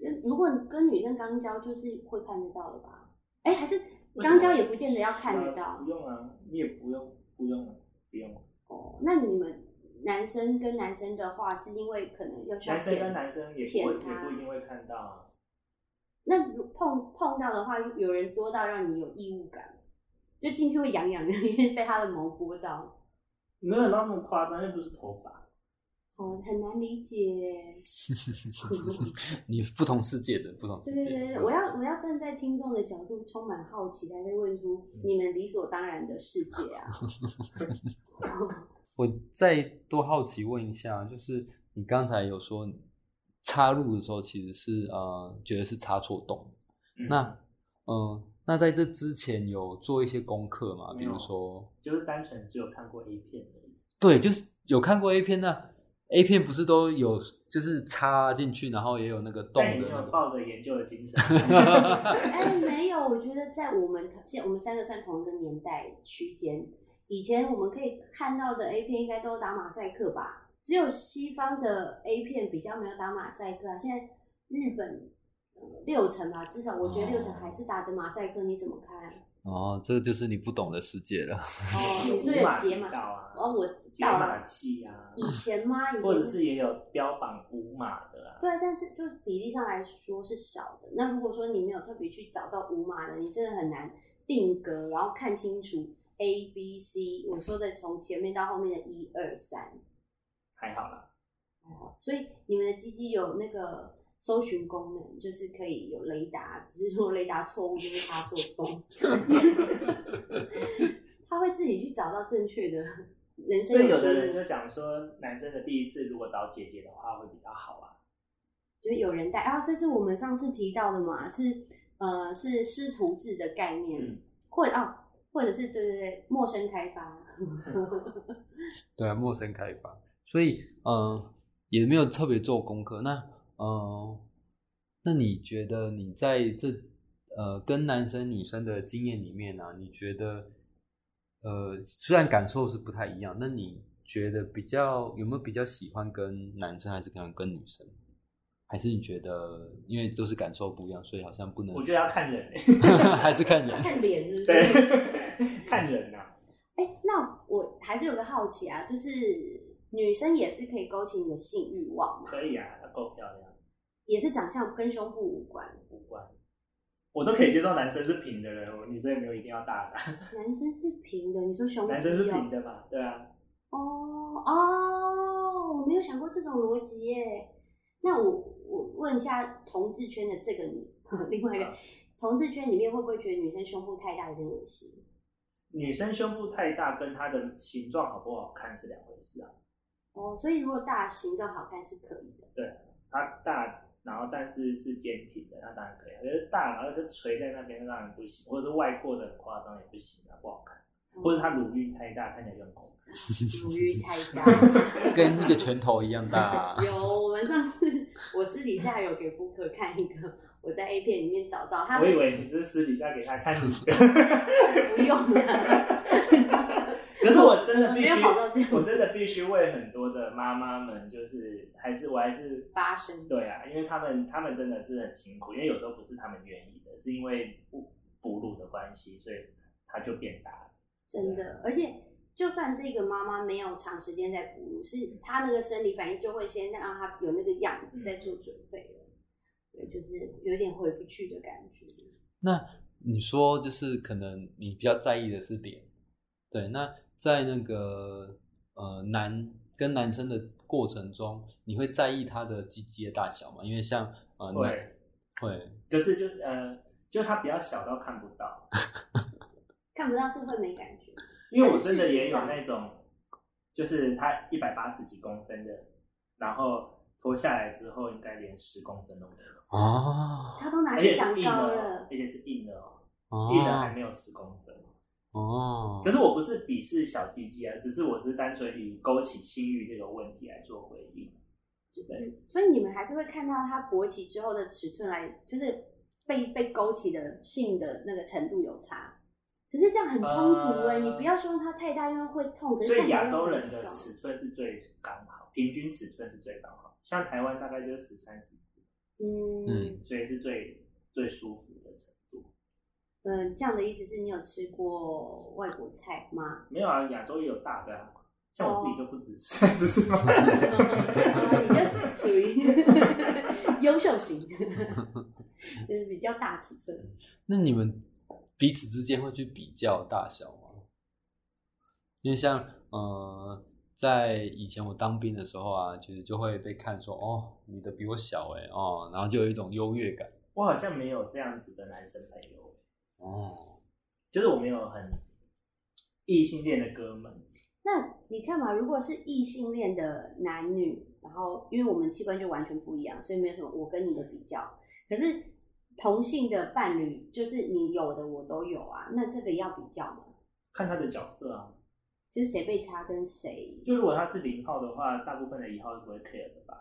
Speaker 1: 呃如果跟女生刚交，就是会看得到的吧？哎，还是
Speaker 3: 为什么啊
Speaker 1: 刚交也不见得要看得到
Speaker 3: 不用啊，你也不用，不用啊，不用啊。
Speaker 1: 哦。那你们男生跟男生的话，是因为可能要需要
Speaker 3: 男生
Speaker 1: 舔
Speaker 3: 跟男生也不会，
Speaker 1: 舔它
Speaker 3: 也不一定会看到啊。
Speaker 1: 那如碰碰到的话，有人多到让你有异物感，就进去会痒痒的，因为被他的毛拨到，
Speaker 3: 没有到那么夸张，又不是头发。
Speaker 1: 哦，很难理解。
Speaker 2: 你不同世界的，不同世
Speaker 1: 对
Speaker 2: 界。
Speaker 1: 对对，对我要我要站在听众的角度，充满好奇，才会问出
Speaker 3: 嗯
Speaker 1: 你们理所当然的世界啊。
Speaker 2: 我再多好奇问一下，就是你刚才有说你插入的时候，其实是呃觉得是插错洞。
Speaker 3: 嗯
Speaker 2: 那嗯、呃那在这之前有做一些功课吗？
Speaker 3: 没
Speaker 2: 比
Speaker 3: 有
Speaker 2: 如说，
Speaker 3: 就是单纯只有看过 A 片而已。
Speaker 2: 对，就是有看过 A 片那。 A 片不是都有就是插进去，然后也有那个洞
Speaker 3: 但你
Speaker 2: 的
Speaker 3: 没
Speaker 2: 那
Speaker 3: 有
Speaker 2: 个，
Speaker 3: 抱着研究的精神。
Speaker 1: 哎，没有，我觉得在我们现我们三个算同一个年代区间，以前我们可以看到的 A 片应该都打马赛克吧？只有西方的 A 片比较没有打马赛克啊。现在日本、呃六成吧，至少我觉得六成还是打着马赛克，你怎么看？
Speaker 2: 哦，这个就是你不懂的世界了。
Speaker 1: 哦，你
Speaker 3: 有
Speaker 1: 说
Speaker 3: 无
Speaker 1: 有
Speaker 3: 码
Speaker 1: 解
Speaker 3: 频
Speaker 1: 码
Speaker 3: 道？啊，
Speaker 1: 哦，我知
Speaker 3: 解
Speaker 1: 道
Speaker 3: 码
Speaker 1: 了。嗯
Speaker 3: 器啊，
Speaker 1: 以前吗？以前
Speaker 3: 或者是也有标榜无码的啊。
Speaker 1: 对，但是就是比例上来说是少的。那如果说你没有特别去找到无码的，你真的很难定格，然后看清楚 A、B、C。我说的从前面到后面的一二三，
Speaker 3: 还好啦，
Speaker 1: 哦所以你们的机机有那个搜寻功能，就是可以有雷达，只是说雷达错误就是它做工，它会自己去找到正确的人生
Speaker 3: 所以有
Speaker 1: 出
Speaker 3: 的人
Speaker 1: 路
Speaker 3: 就讲说，男生的第一次如果找姐姐的话会比较好啊。
Speaker 1: 就是有人带。然、后这是我们上次提到的嘛，是呃是师徒制的概念，
Speaker 3: 嗯
Speaker 1: 或哦或者是对对对陌生开发，
Speaker 2: 对啊，陌生开发，所以呃也没有特别做功课。那呃，那你觉得你在这呃跟男生女生的经验里面呢、啊，你觉得呃虽然感受是不太一样，那你觉得比较有没有比较喜欢跟男生还是跟跟女生？还是你觉得因为都是感受不一样，所以好像不能
Speaker 3: 我觉得要看人、 欸
Speaker 2: 还是看 人。
Speaker 1: 看脸是不
Speaker 3: 对
Speaker 1: 是？，
Speaker 3: 看人啊呐、
Speaker 1: 哎，那我还是有个好奇啊，就是女生也是可以勾起你的性欲望嘛，
Speaker 3: 可以啊，要够漂亮，
Speaker 1: 也是长相跟胸部无关，
Speaker 3: 无关。我都可以接受男生是平的人，我女生也没有一定要大 的，
Speaker 1: 男生是平的，你说胸肌、哦，
Speaker 3: 男生是平的嘛，对啊，
Speaker 1: 哦哦，我没有想过这种逻辑耶。那我我问一下同志圈的这个你， 另外一个、
Speaker 3: 嗯
Speaker 1: 同志圈里面会不会觉得女生胸部太大有点恶心？
Speaker 3: 女生胸部太大跟她的形状好不好看是两回事啊。
Speaker 1: 哦，所以如果大形状好看是可以的。
Speaker 3: 她大，然后但是是坚挺的，那当然可以啊。可是大，然后就垂在那边，当然不行。或者是外扩的很夸张也不行啊，不好看。或者她乳晕太大，看起来就很恐怖。
Speaker 1: 乳晕 太大。。
Speaker 2: 跟一个拳头一样大、啊
Speaker 1: 有，我们上次我私底下有给 b o 看一个，我在 A 片里面找到他
Speaker 3: 我，以为你是私底下给她看你的，
Speaker 1: 不用 的。
Speaker 3: 可是我真的必须
Speaker 1: 我没有跑到这样，
Speaker 3: 我真的必须为很多的妈妈们，就是还是我还是
Speaker 1: 发声
Speaker 3: 对啊，因为他们他们真的是很辛苦，因为有时候不是他们愿意的，是因为哺哺乳的关系，所以它就变大了。
Speaker 1: 真
Speaker 3: 啊
Speaker 1: 的，而且就算这个妈妈没有长时间在哺乳，是她那个生理反应就会先让她有那个样子，
Speaker 3: 嗯
Speaker 1: 在做准备了。对，就是有点回不去的感觉。
Speaker 2: 那你说就是可能你比较在意的是脸，对？那在那个呃男跟男生的过程中，你会在意他的鸡鸡的大小吗？因为像呃
Speaker 3: 会
Speaker 2: 男会
Speaker 3: 可是就是呃，就它比较小到看不到，
Speaker 1: 看不到是会没感觉，
Speaker 3: 因为我真的也有那种，就是它一百八十几公分的，然后脱下来之后应该连十公分都没有，
Speaker 2: 啊
Speaker 1: 她都拿
Speaker 3: 而
Speaker 1: 去
Speaker 3: 且是
Speaker 1: 长
Speaker 3: 硬
Speaker 1: 高
Speaker 3: 的哦
Speaker 1: 了，
Speaker 3: 而。且是硬的哦，硬的还
Speaker 2: 哦
Speaker 3: 没有十公分。
Speaker 2: 哦
Speaker 3: 可，是我不是鄙视小鸡鸡啊，只是我是单纯以勾起性欲这个问题来做回应。
Speaker 1: 嗯所以你们还是会看到她勃起之后的尺寸来，就是被被勾起的性的那个程度有差。可是这样很冲突哎、
Speaker 3: 呃
Speaker 1: 你不要希望它太大，因为会痛。可是
Speaker 3: 所以
Speaker 1: 看起来
Speaker 3: 亚洲
Speaker 1: 又很
Speaker 3: 人的
Speaker 1: 爽
Speaker 3: 尺寸是最刚好，平均尺寸是最刚好，像台湾大概就是十三、十四，
Speaker 1: 嗯
Speaker 2: 嗯
Speaker 3: 所以是最最舒服的程度。
Speaker 1: 嗯，这样的意思是你有吃过外国菜 吗？
Speaker 3: 没有啊，亚洲也有大的啊，像我自己就不止十三、十四嘛。
Speaker 1: 啊你就是属于 优秀型，就是比较大尺寸。
Speaker 2: 那你们彼此之间会去比较大小吗？因为像呃，在以前我当兵的时候啊，其实就会被看说哦，你的比我小哎、哦，然后就有一种优越感
Speaker 3: 我好像没有这样子的男生朋友，
Speaker 2: 哦。
Speaker 3: 就是我没有很异性恋的哥们。
Speaker 1: 那你看嘛，如果是异性恋的男女，然后因为我们器官就完全不一样，所以没有什么我跟你的比较。可是同性的伴侣，就是你有的我都有啊，那这个要比较吗？
Speaker 3: 看他的角色啊，
Speaker 1: 就是谁被插跟谁，
Speaker 3: 就如果他是零号的话，大部分的一号是不会 care 的吧？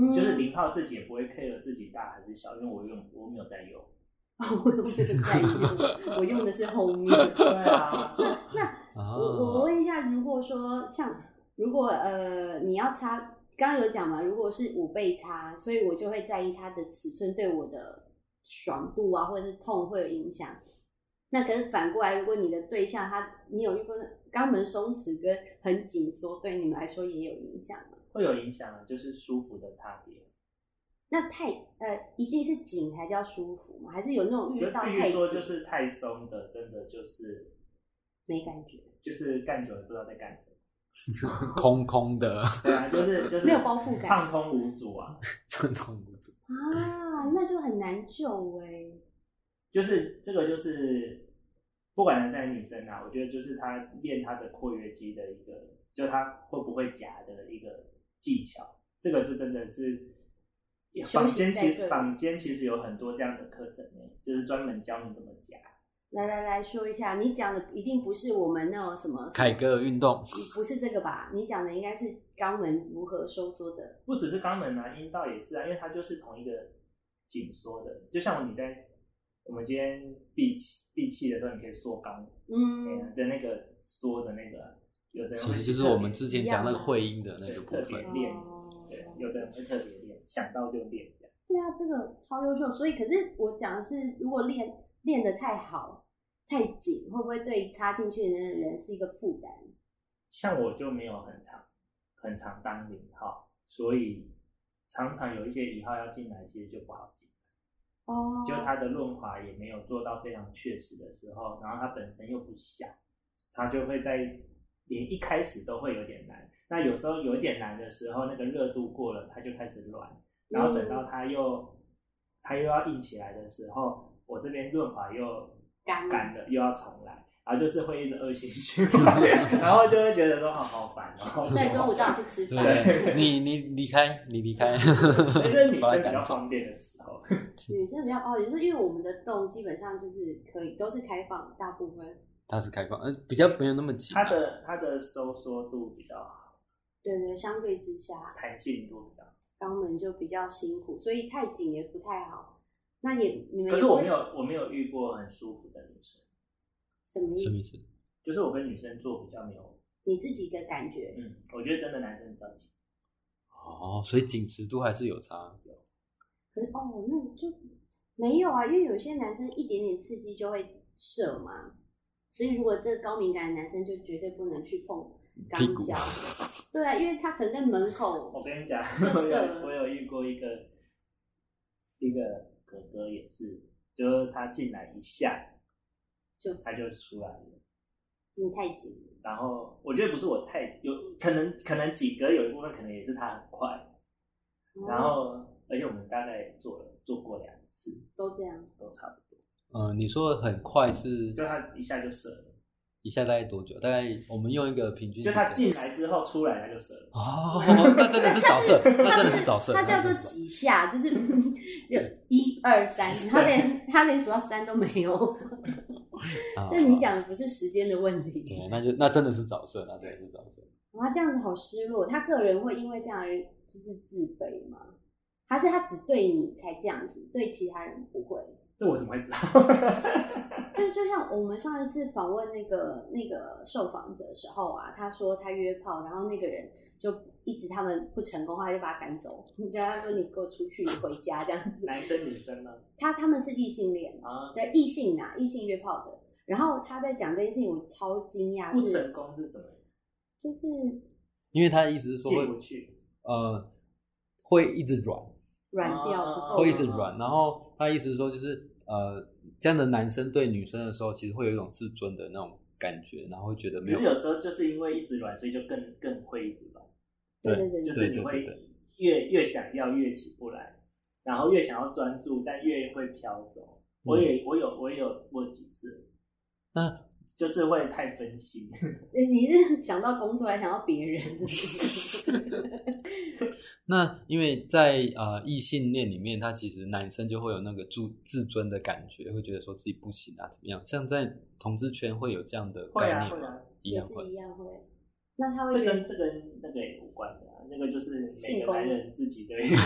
Speaker 1: 嗯
Speaker 3: 就是零号自己也不会 care 自己大还是小，因为我用我没有在用。
Speaker 1: 我用这个在用，我用的是后面。
Speaker 3: 对 啊，
Speaker 1: 那
Speaker 2: 啊，
Speaker 1: 我
Speaker 3: 哦
Speaker 1: 我问一下，如果说像如果呃你要插，刚刚有讲嘛，如果是五倍插，所以我就会在意它的尺寸对我的爽度啊，或者是痛会有影响。那可是反过来，如果你的对象他，你有遇过那肛门松弛跟很紧缩，对你们来说也有影响吗？
Speaker 3: 会有影响的，就是舒服的差别。
Speaker 1: 那太呃，一定是紧才叫舒服吗？还是有那种遇
Speaker 3: 就
Speaker 1: 到
Speaker 3: 必
Speaker 1: 太紧
Speaker 3: 须说，就是太松的，真的就是
Speaker 1: 没感觉，
Speaker 3: 就是干久了不知道在干什么。
Speaker 2: 空空的，
Speaker 3: 对啊，就是就是
Speaker 1: 没有包覆感
Speaker 3: 畅通无阻啊。
Speaker 2: 真的无助
Speaker 1: 啊，那就很难救哎、
Speaker 3: 就是这个就是不管男生还是女生啊，我觉得就是他练他的括约肌的一个，就他会不会夹的一个技巧，这个就真的是。
Speaker 1: 休息在
Speaker 3: 坊间其
Speaker 1: 这
Speaker 3: 实
Speaker 1: 里
Speaker 3: 坊间其实有很多这样的课程呢，就是专门教你怎么夹。
Speaker 1: 来来来说一下，你讲的一定不是我们那种什么
Speaker 2: 凯，歌运动，
Speaker 1: 不是这个吧？你讲的应该是肛门如何收缩的。
Speaker 3: 不只是肛门啊，阴道也是啊，因为它就是同一个紧缩的，就像你在我们今天闭气闭气的时候，你可以缩肛
Speaker 1: 嗯，
Speaker 3: 门的那个缩的那个，啊有的人
Speaker 2: 其
Speaker 3: 会
Speaker 2: 实就是我们之前讲那个会阴的那个部
Speaker 3: 对
Speaker 2: 分
Speaker 3: 特。别练
Speaker 1: 哦
Speaker 3: 啊对，啊有的人会特别练，想到就练这样。
Speaker 1: 对啊，这个超优秀。所以，可是我讲的是，如果练练得太好、太紧，会不会对插进去的那个人是一个负担？
Speaker 3: 像我就没有很常很常当零号，所以常常有一些一号要进来，其实就不好进。
Speaker 1: 哦，
Speaker 3: 就它的润滑也没有做到非常确实的时候，然后它本身又不小，它就会在连一开始都会有点难。那有时候有一点难的时候，那个热度过了，它就开始软，然后等到
Speaker 1: 嗯
Speaker 3: 它又它又要硬起来的时候，我这边润滑又
Speaker 1: 干
Speaker 3: 干了，又要重来。然后就是会一直恶性循环，然后就会觉得说啊好烦哦。
Speaker 1: 在中午到 底去吃饭，
Speaker 2: 对你，你离开，你离开，
Speaker 3: 所以这是女
Speaker 2: 把它
Speaker 3: 生比
Speaker 2: 赶
Speaker 3: 较
Speaker 2: 走。
Speaker 3: 方便的时候。
Speaker 1: 女生比较哦，也就是因为我们的洞基本上就是可以都是开放，大部分
Speaker 2: 它是开放，呃，比较没有那么紧啊。
Speaker 3: 它的它的收缩度比较好，
Speaker 1: 对对，相对之下，
Speaker 3: 弹性度比较好。
Speaker 1: 肛门就比较辛苦，所以太紧也不太好。那也你们
Speaker 3: 可
Speaker 1: 也
Speaker 3: 是我
Speaker 1: 会
Speaker 3: 没有我没有遇过很舒服的女生，
Speaker 1: 什么意
Speaker 2: 什么
Speaker 1: 思？
Speaker 2: 意思？
Speaker 3: 就是我跟女生做比较没有，
Speaker 1: 你自己的感觉，
Speaker 3: 嗯，我觉得真的男生比较紧，
Speaker 2: 哦，所以紧实度还是有差。
Speaker 1: 可是哦，那就没有啊，因为有些男生一点点刺激就会射嘛，所以如果这高敏感的男生就绝对不能去碰
Speaker 2: 屁股
Speaker 1: 肛交，对啊，因为他可能在门
Speaker 3: 我
Speaker 1: 口，
Speaker 3: 跟你讲，
Speaker 1: 真的
Speaker 3: 我有我有遇过一个一个哥哥也是，就是他进来一下
Speaker 1: 就是
Speaker 3: 他就出来了，
Speaker 1: 你太紧了，
Speaker 3: 然后我觉得不是我太有可能可能几个有一部分可能也是他很快，然
Speaker 1: 哦
Speaker 3: 后而且我们大概做了做过两次
Speaker 1: 都这样，
Speaker 3: 都差不多，
Speaker 2: 嗯，你说的很快是
Speaker 3: 就他一下就射了，
Speaker 2: 一下大概多久？大概我们用一个平均时
Speaker 3: 就
Speaker 2: 间。
Speaker 3: 他进来之后出来他就射了。
Speaker 2: 哦，那真的是早 射，那真的是早射。
Speaker 1: 他叫做
Speaker 2: 那真的是早
Speaker 1: 几下，就是就一二三，他连他连数到三都没有。
Speaker 2: 啊
Speaker 1: 但你讲的不是时间的问题，
Speaker 2: 对，那就那真的是早射，那真的是早射。
Speaker 1: 哇，这样子好失落。他个人会因为这样而就是自卑吗？还是他只对你才这样子，对其他人不会？
Speaker 3: 这我怎么会知道？
Speaker 1: 就就像我们上一次访问那个那个受访者的时候啊，他说他约炮，然后那个人就一直他们不成功，后来就把他赶走。 你跟他说你给我出去，你回家这样子。
Speaker 3: 男生女生呢？
Speaker 1: 他他们是异性恋，
Speaker 3: 啊，
Speaker 1: 对异性啊，异性约炮的。然后他在讲这件事情，我超惊讶，
Speaker 3: 不
Speaker 1: 是
Speaker 3: 成功是什么？
Speaker 1: 就是
Speaker 2: 因为他的意思是说
Speaker 3: 进
Speaker 2: 会
Speaker 3: 不去。
Speaker 2: 呃会一直软，
Speaker 1: 软掉不
Speaker 3: 啊
Speaker 1: 够，
Speaker 2: 会一直软。然后他的意思是说，就是呃，这样的男生对女生的时候，其实会有一种自尊的那种感觉，然后会觉得
Speaker 3: 可
Speaker 2: 没有
Speaker 3: 是有时候就是因为一直软，所以就更更会一直软，
Speaker 1: 对
Speaker 2: 对
Speaker 1: 对
Speaker 3: 就
Speaker 1: 对
Speaker 3: 是你
Speaker 2: 对
Speaker 3: 会
Speaker 2: 对
Speaker 3: 越越想要越起不来，然后越想要专注，但越会飘走。
Speaker 2: 嗯
Speaker 3: 我也我有我也有过几次，
Speaker 2: 那
Speaker 3: 就是会太分心。
Speaker 1: 对，你是想到工作，还想到别人？
Speaker 2: 那因为在呃异性恋里面，他其实男生就会有那个自自尊的感觉，会觉得说自己不行啊，怎么样？像在同志圈会有这样的
Speaker 3: 会
Speaker 2: 概
Speaker 3: 啊
Speaker 2: 念
Speaker 3: 会
Speaker 2: 吗？
Speaker 3: 啊，
Speaker 2: 一
Speaker 1: 也
Speaker 2: 样
Speaker 1: 是
Speaker 2: 会
Speaker 1: 一样会。那他会
Speaker 3: 这
Speaker 1: 觉得
Speaker 3: 跟这跟那个也无关的、啊，那个就是每
Speaker 1: 性
Speaker 3: 个
Speaker 1: 功
Speaker 3: 男
Speaker 1: 能
Speaker 3: 人自己的一个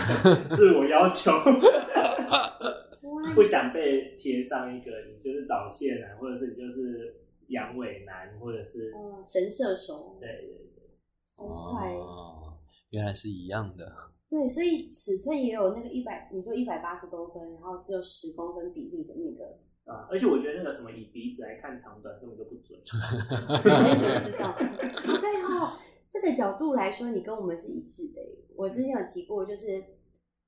Speaker 3: 自我要 求，
Speaker 1: 哇
Speaker 3: 不想被贴上一个你就是早泄男，或者是你就是阳痿男，或者是
Speaker 1: 嗯神射手，
Speaker 3: 对对对，
Speaker 1: 好快哦。
Speaker 2: 哦，原来是一样的。
Speaker 1: 对，所以尺寸也有那个一百，你说一百八十公分，然后只有十公分比例的那个，
Speaker 3: 啊，而且我觉得那个什么以鼻子来看长短根本就不 准，
Speaker 1: 我也不知道。对哦，这个角度来说，你跟我们是一致的耶。我之前有提过，就是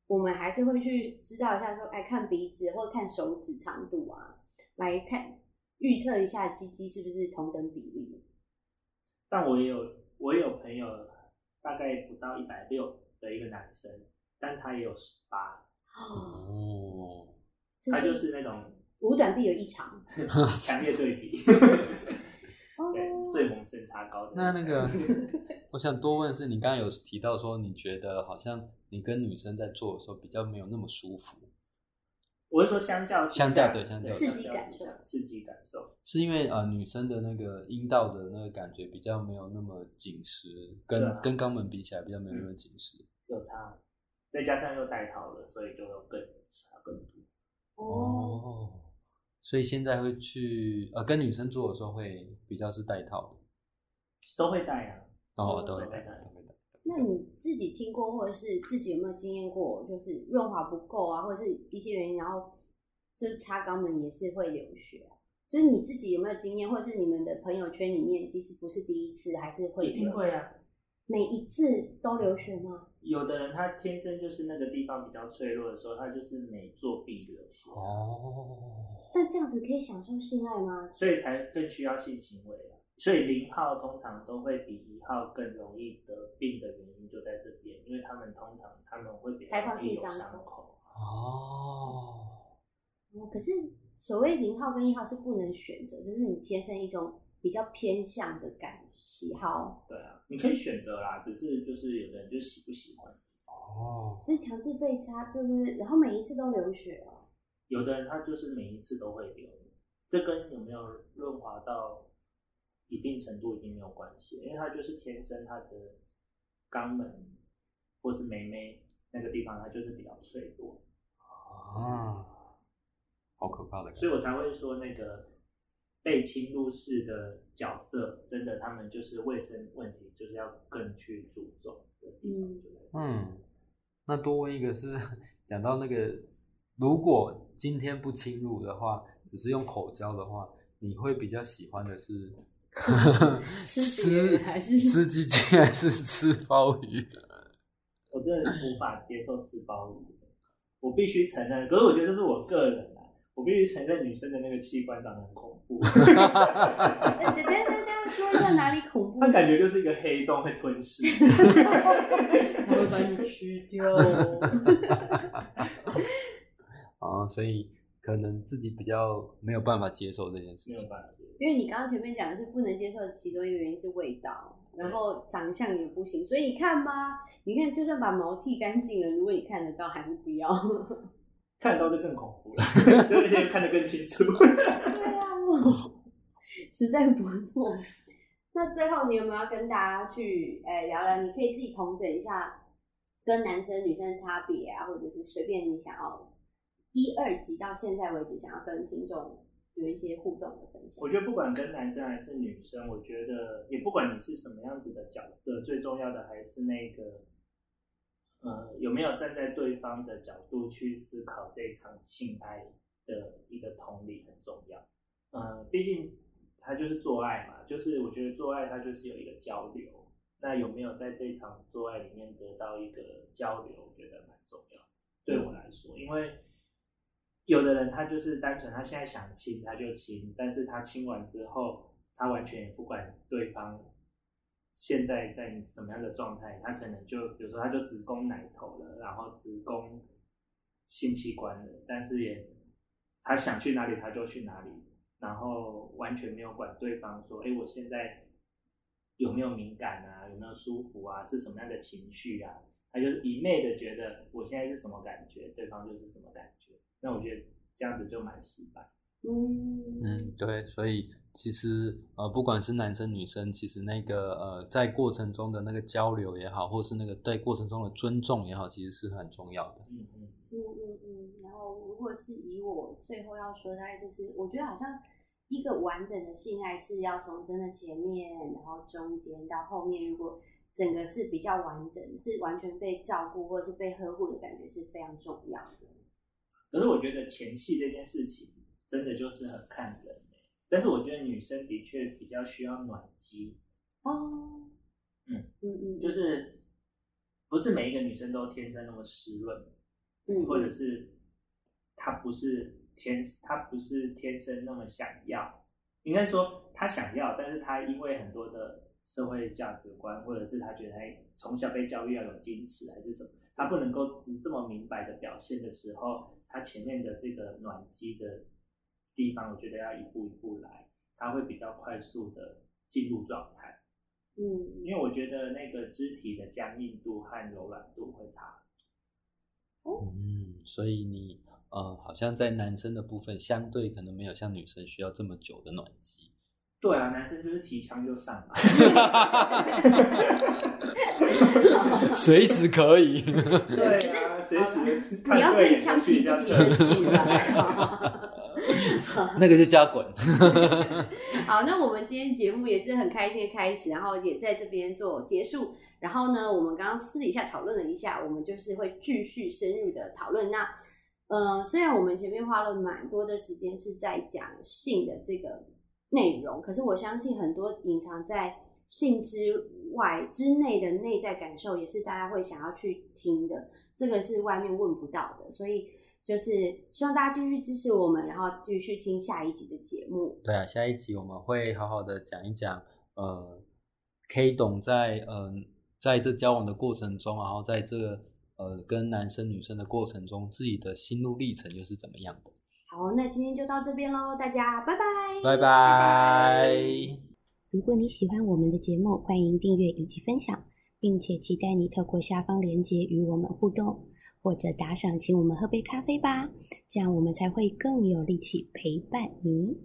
Speaker 1: 我们还是会去知道一下说，哎，看鼻子或看手指长度啊，来看预测一下鸡鸡是不是同等比例。
Speaker 3: 但我也有我也有朋友大概不到一百六的一个男生，但他也有十八，
Speaker 1: 哦，
Speaker 2: 哦，
Speaker 3: 他就是那 种
Speaker 1: 五短必有一长。
Speaker 3: 强烈对 比，
Speaker 1: 哦，
Speaker 3: 对，最萌身差高的
Speaker 2: 那那
Speaker 3: 种
Speaker 2: 个，我想多问的是，你刚刚有提到说，你觉得好像你跟女生在做的时候比较没有那么舒服，
Speaker 3: 我是说相较之
Speaker 2: 相
Speaker 3: 下
Speaker 2: 较对相较
Speaker 1: 之下
Speaker 3: 之下刺激感受。
Speaker 2: 是因为呃女生的那个阴道的那个感觉比较没有那么紧实，跟、
Speaker 3: 对啊
Speaker 2: 跟肛门比起来比较没有那么紧实。
Speaker 3: 有差，再加上又戴套了，所以就更差更多。
Speaker 1: 哦，
Speaker 2: 哦，所以现在会去呃跟女生做的时候会比较是带套的，
Speaker 3: 都会戴啊，
Speaker 2: 然后
Speaker 1: 哦
Speaker 2: 嗯都会
Speaker 3: 对
Speaker 2: 带
Speaker 3: 对对
Speaker 2: 都会带。
Speaker 1: 那你自己听过，或者是自己有没有经验过，就是润滑不够啊，或者是一些原因，然后就是插肛门也是会流血啊、就是你自己有没有经验，或者是你们的朋友圈里面，即使不是第一次，还是会
Speaker 3: 一定
Speaker 1: 有
Speaker 3: 会啊。
Speaker 1: 每一次都流血吗？
Speaker 3: 有的人他天生就是那个地方比较脆弱的时候，他就是每做必流血，
Speaker 2: 哦，
Speaker 1: 但这样子可以享受性爱吗？
Speaker 3: 所以才更需要性行为啊。所以零号通常都会比一号更容易得病的原因就在这边，因为他们通常他们会比较
Speaker 1: 开放
Speaker 3: 容易
Speaker 1: 性
Speaker 3: 有
Speaker 1: 伤
Speaker 3: 伤
Speaker 1: 口
Speaker 3: 口，
Speaker 2: 哦，
Speaker 1: 哦可是所谓零号跟一号是不能选择，就是你天生一种比较偏向的感喜好，
Speaker 3: 对啊，你可以选择啦，只是就是有的人就喜不喜欢。
Speaker 2: 哦，
Speaker 1: 所以强制被插，对不对？然后每一次都流血哦、
Speaker 3: 有的人他就是每一次都会流，这跟有没有润滑到一定程度已经没有关系，因为他就是天生他的肛门或是眉眉那个地方，它就是比较脆弱，
Speaker 2: 啊，好可怕的感觉
Speaker 3: 所以我才会说那个被侵入式的角色，真的他们就是卫生问题，就是要更去注重的地方
Speaker 1: 嗯
Speaker 3: 就在这里。
Speaker 2: 嗯，那多问一个是 讲到那个，如果今天不侵入的话，只是用口交的话，你会比较喜欢 的是
Speaker 1: 吃别人还是
Speaker 2: 吃鸡鸡还是吃鲍鱼？
Speaker 3: 我真的无法接受吃鲍鱼，我必须承认。可是我觉得这是我个人啊，我必须承认女生的那个器官长得很恐怖，
Speaker 1: 哎等等等等，说一下哪里恐怖？
Speaker 3: 它感觉就是一个黑洞会吞噬。
Speaker 1: 他会把你吃掉。
Speaker 2: 啊，所以可能自己比较没有办法接受这件事
Speaker 3: 没有
Speaker 2: 情。
Speaker 3: 办法接受
Speaker 1: 因。为你刚刚前面讲的是不能接受的其中一个原因是味道，然后长相也不行，所以你看吧，你看就算把毛剃干净了，如果你看得到，还是不要。
Speaker 3: 看到就更恐怖了， 而且看得更清楚。
Speaker 1: 对啊，我 实在不错。那最后，你有没有要跟大家去诶、聊聊？你可以自己统整一下跟男生女生的差别啊，或者是随便你想要一二集到现在为止想要跟听众有一些互动的分享。
Speaker 3: 我觉得不管跟男生还是女生，我觉得也不管你是什么样子的角色，最重要的还是那个，呃，有没有站在对方的角度去思考这场性爱的一个同理很重要。呃，毕竟它就是做爱嘛，就是我觉得做爱它就是有一个交流，那有没有在这场做爱里面得到一个交流，我觉得蛮重要的。对我来说，因为有的人他就是单纯他现在想亲他就亲，但是他亲完之后，他完全也不管对方现在在什么样的状态，他可能就比如说他就只攻奶头了，然后只攻性器官了，但是也他想去哪里他就去哪里，然后完全没有管对方说，哎，我现在有没有敏感啊，有没有舒服啊，是什么样的情绪啊，他就是一昧的觉得我现在是什么感觉，对方就是什么感觉，那我觉得这样子就蛮失败。
Speaker 1: 嗯
Speaker 2: 嗯，对，所以其实呃，不管是男生女生，其实那个呃，在过程中的那个交流也好，或是那个在过程中的尊重也好，其实是很重要的。
Speaker 3: 嗯嗯，
Speaker 1: 嗯嗯嗯，然后如果是以我最后要说，大概就是我觉得好像一个完整的性爱是要从真的前面，然后中间到后面，如果整个是比较完整，是完全被照顾或者是被呵护的感觉是非常重要的。
Speaker 3: 可是我觉得前戏这件事情真的就是很看人、欸、但是我觉得女生的确比较需要暖机，
Speaker 1: 哦，
Speaker 3: 嗯
Speaker 1: 嗯嗯，
Speaker 3: 就是不是每一个女生都天生那么湿润，
Speaker 1: 嗯
Speaker 3: 或者是她不是天她不是天生那么想要，应该说她想要，但是她因为很多的社会价值观，或者是她觉得她哎从小被教育要有矜持还是什么，她不能够只这么明白的表现的时候，她前面的这个暖机的地方，我觉得要一步一步来，她会比较快速的进入状态。
Speaker 1: 嗯，
Speaker 3: 因为我觉得那个肢体的僵硬度和柔软度会差。
Speaker 2: 嗯，所以你呃，好像在男生的部分，相对可能没有像女生需要这么久的暖 机。
Speaker 3: 对啊，男生就是提枪就上嘛。
Speaker 2: 随时可 以。
Speaker 3: 对啊， 随时
Speaker 1: 你
Speaker 3: 看
Speaker 1: 要
Speaker 3: 对
Speaker 1: 跟
Speaker 3: 眼就
Speaker 1: 枪
Speaker 3: 去
Speaker 1: 提
Speaker 3: 一
Speaker 1: 不
Speaker 3: 下
Speaker 1: 提
Speaker 3: 厕
Speaker 1: 得
Speaker 3: 所。
Speaker 1: 起 吧？
Speaker 2: 那个就加滚。
Speaker 1: 好，那我们今天节目也是很开心的开始，然后也在这边做结束。然后呢，我们刚刚私底下讨论了一下，我们就是会继续深入的讨论。那呃，虽然我们前面花了蛮多的时间是在讲性的这个内容，可是我相信很多隐藏在性之外之内的内在感受，也是大家会想要去听的。这个是外面问不到的，所以就是希望大家继续支持我们，然后继续听下一集的节目。
Speaker 2: 对啊，下一集我们会好好的讲一讲，呃，K 董在嗯、呃在这交往的过程中，然后在这个呃跟男生女生的过程中，自己的心路历程又是怎么样的。
Speaker 1: 好，那今天就到这边喽，大家拜拜。
Speaker 2: 拜拜。
Speaker 1: 如果你喜欢我们的节目，欢迎订阅以及分享，并且期待你透过下方链接与我们互动，或者打赏请我们喝杯咖啡吧，这样我们才会更有力气陪伴你。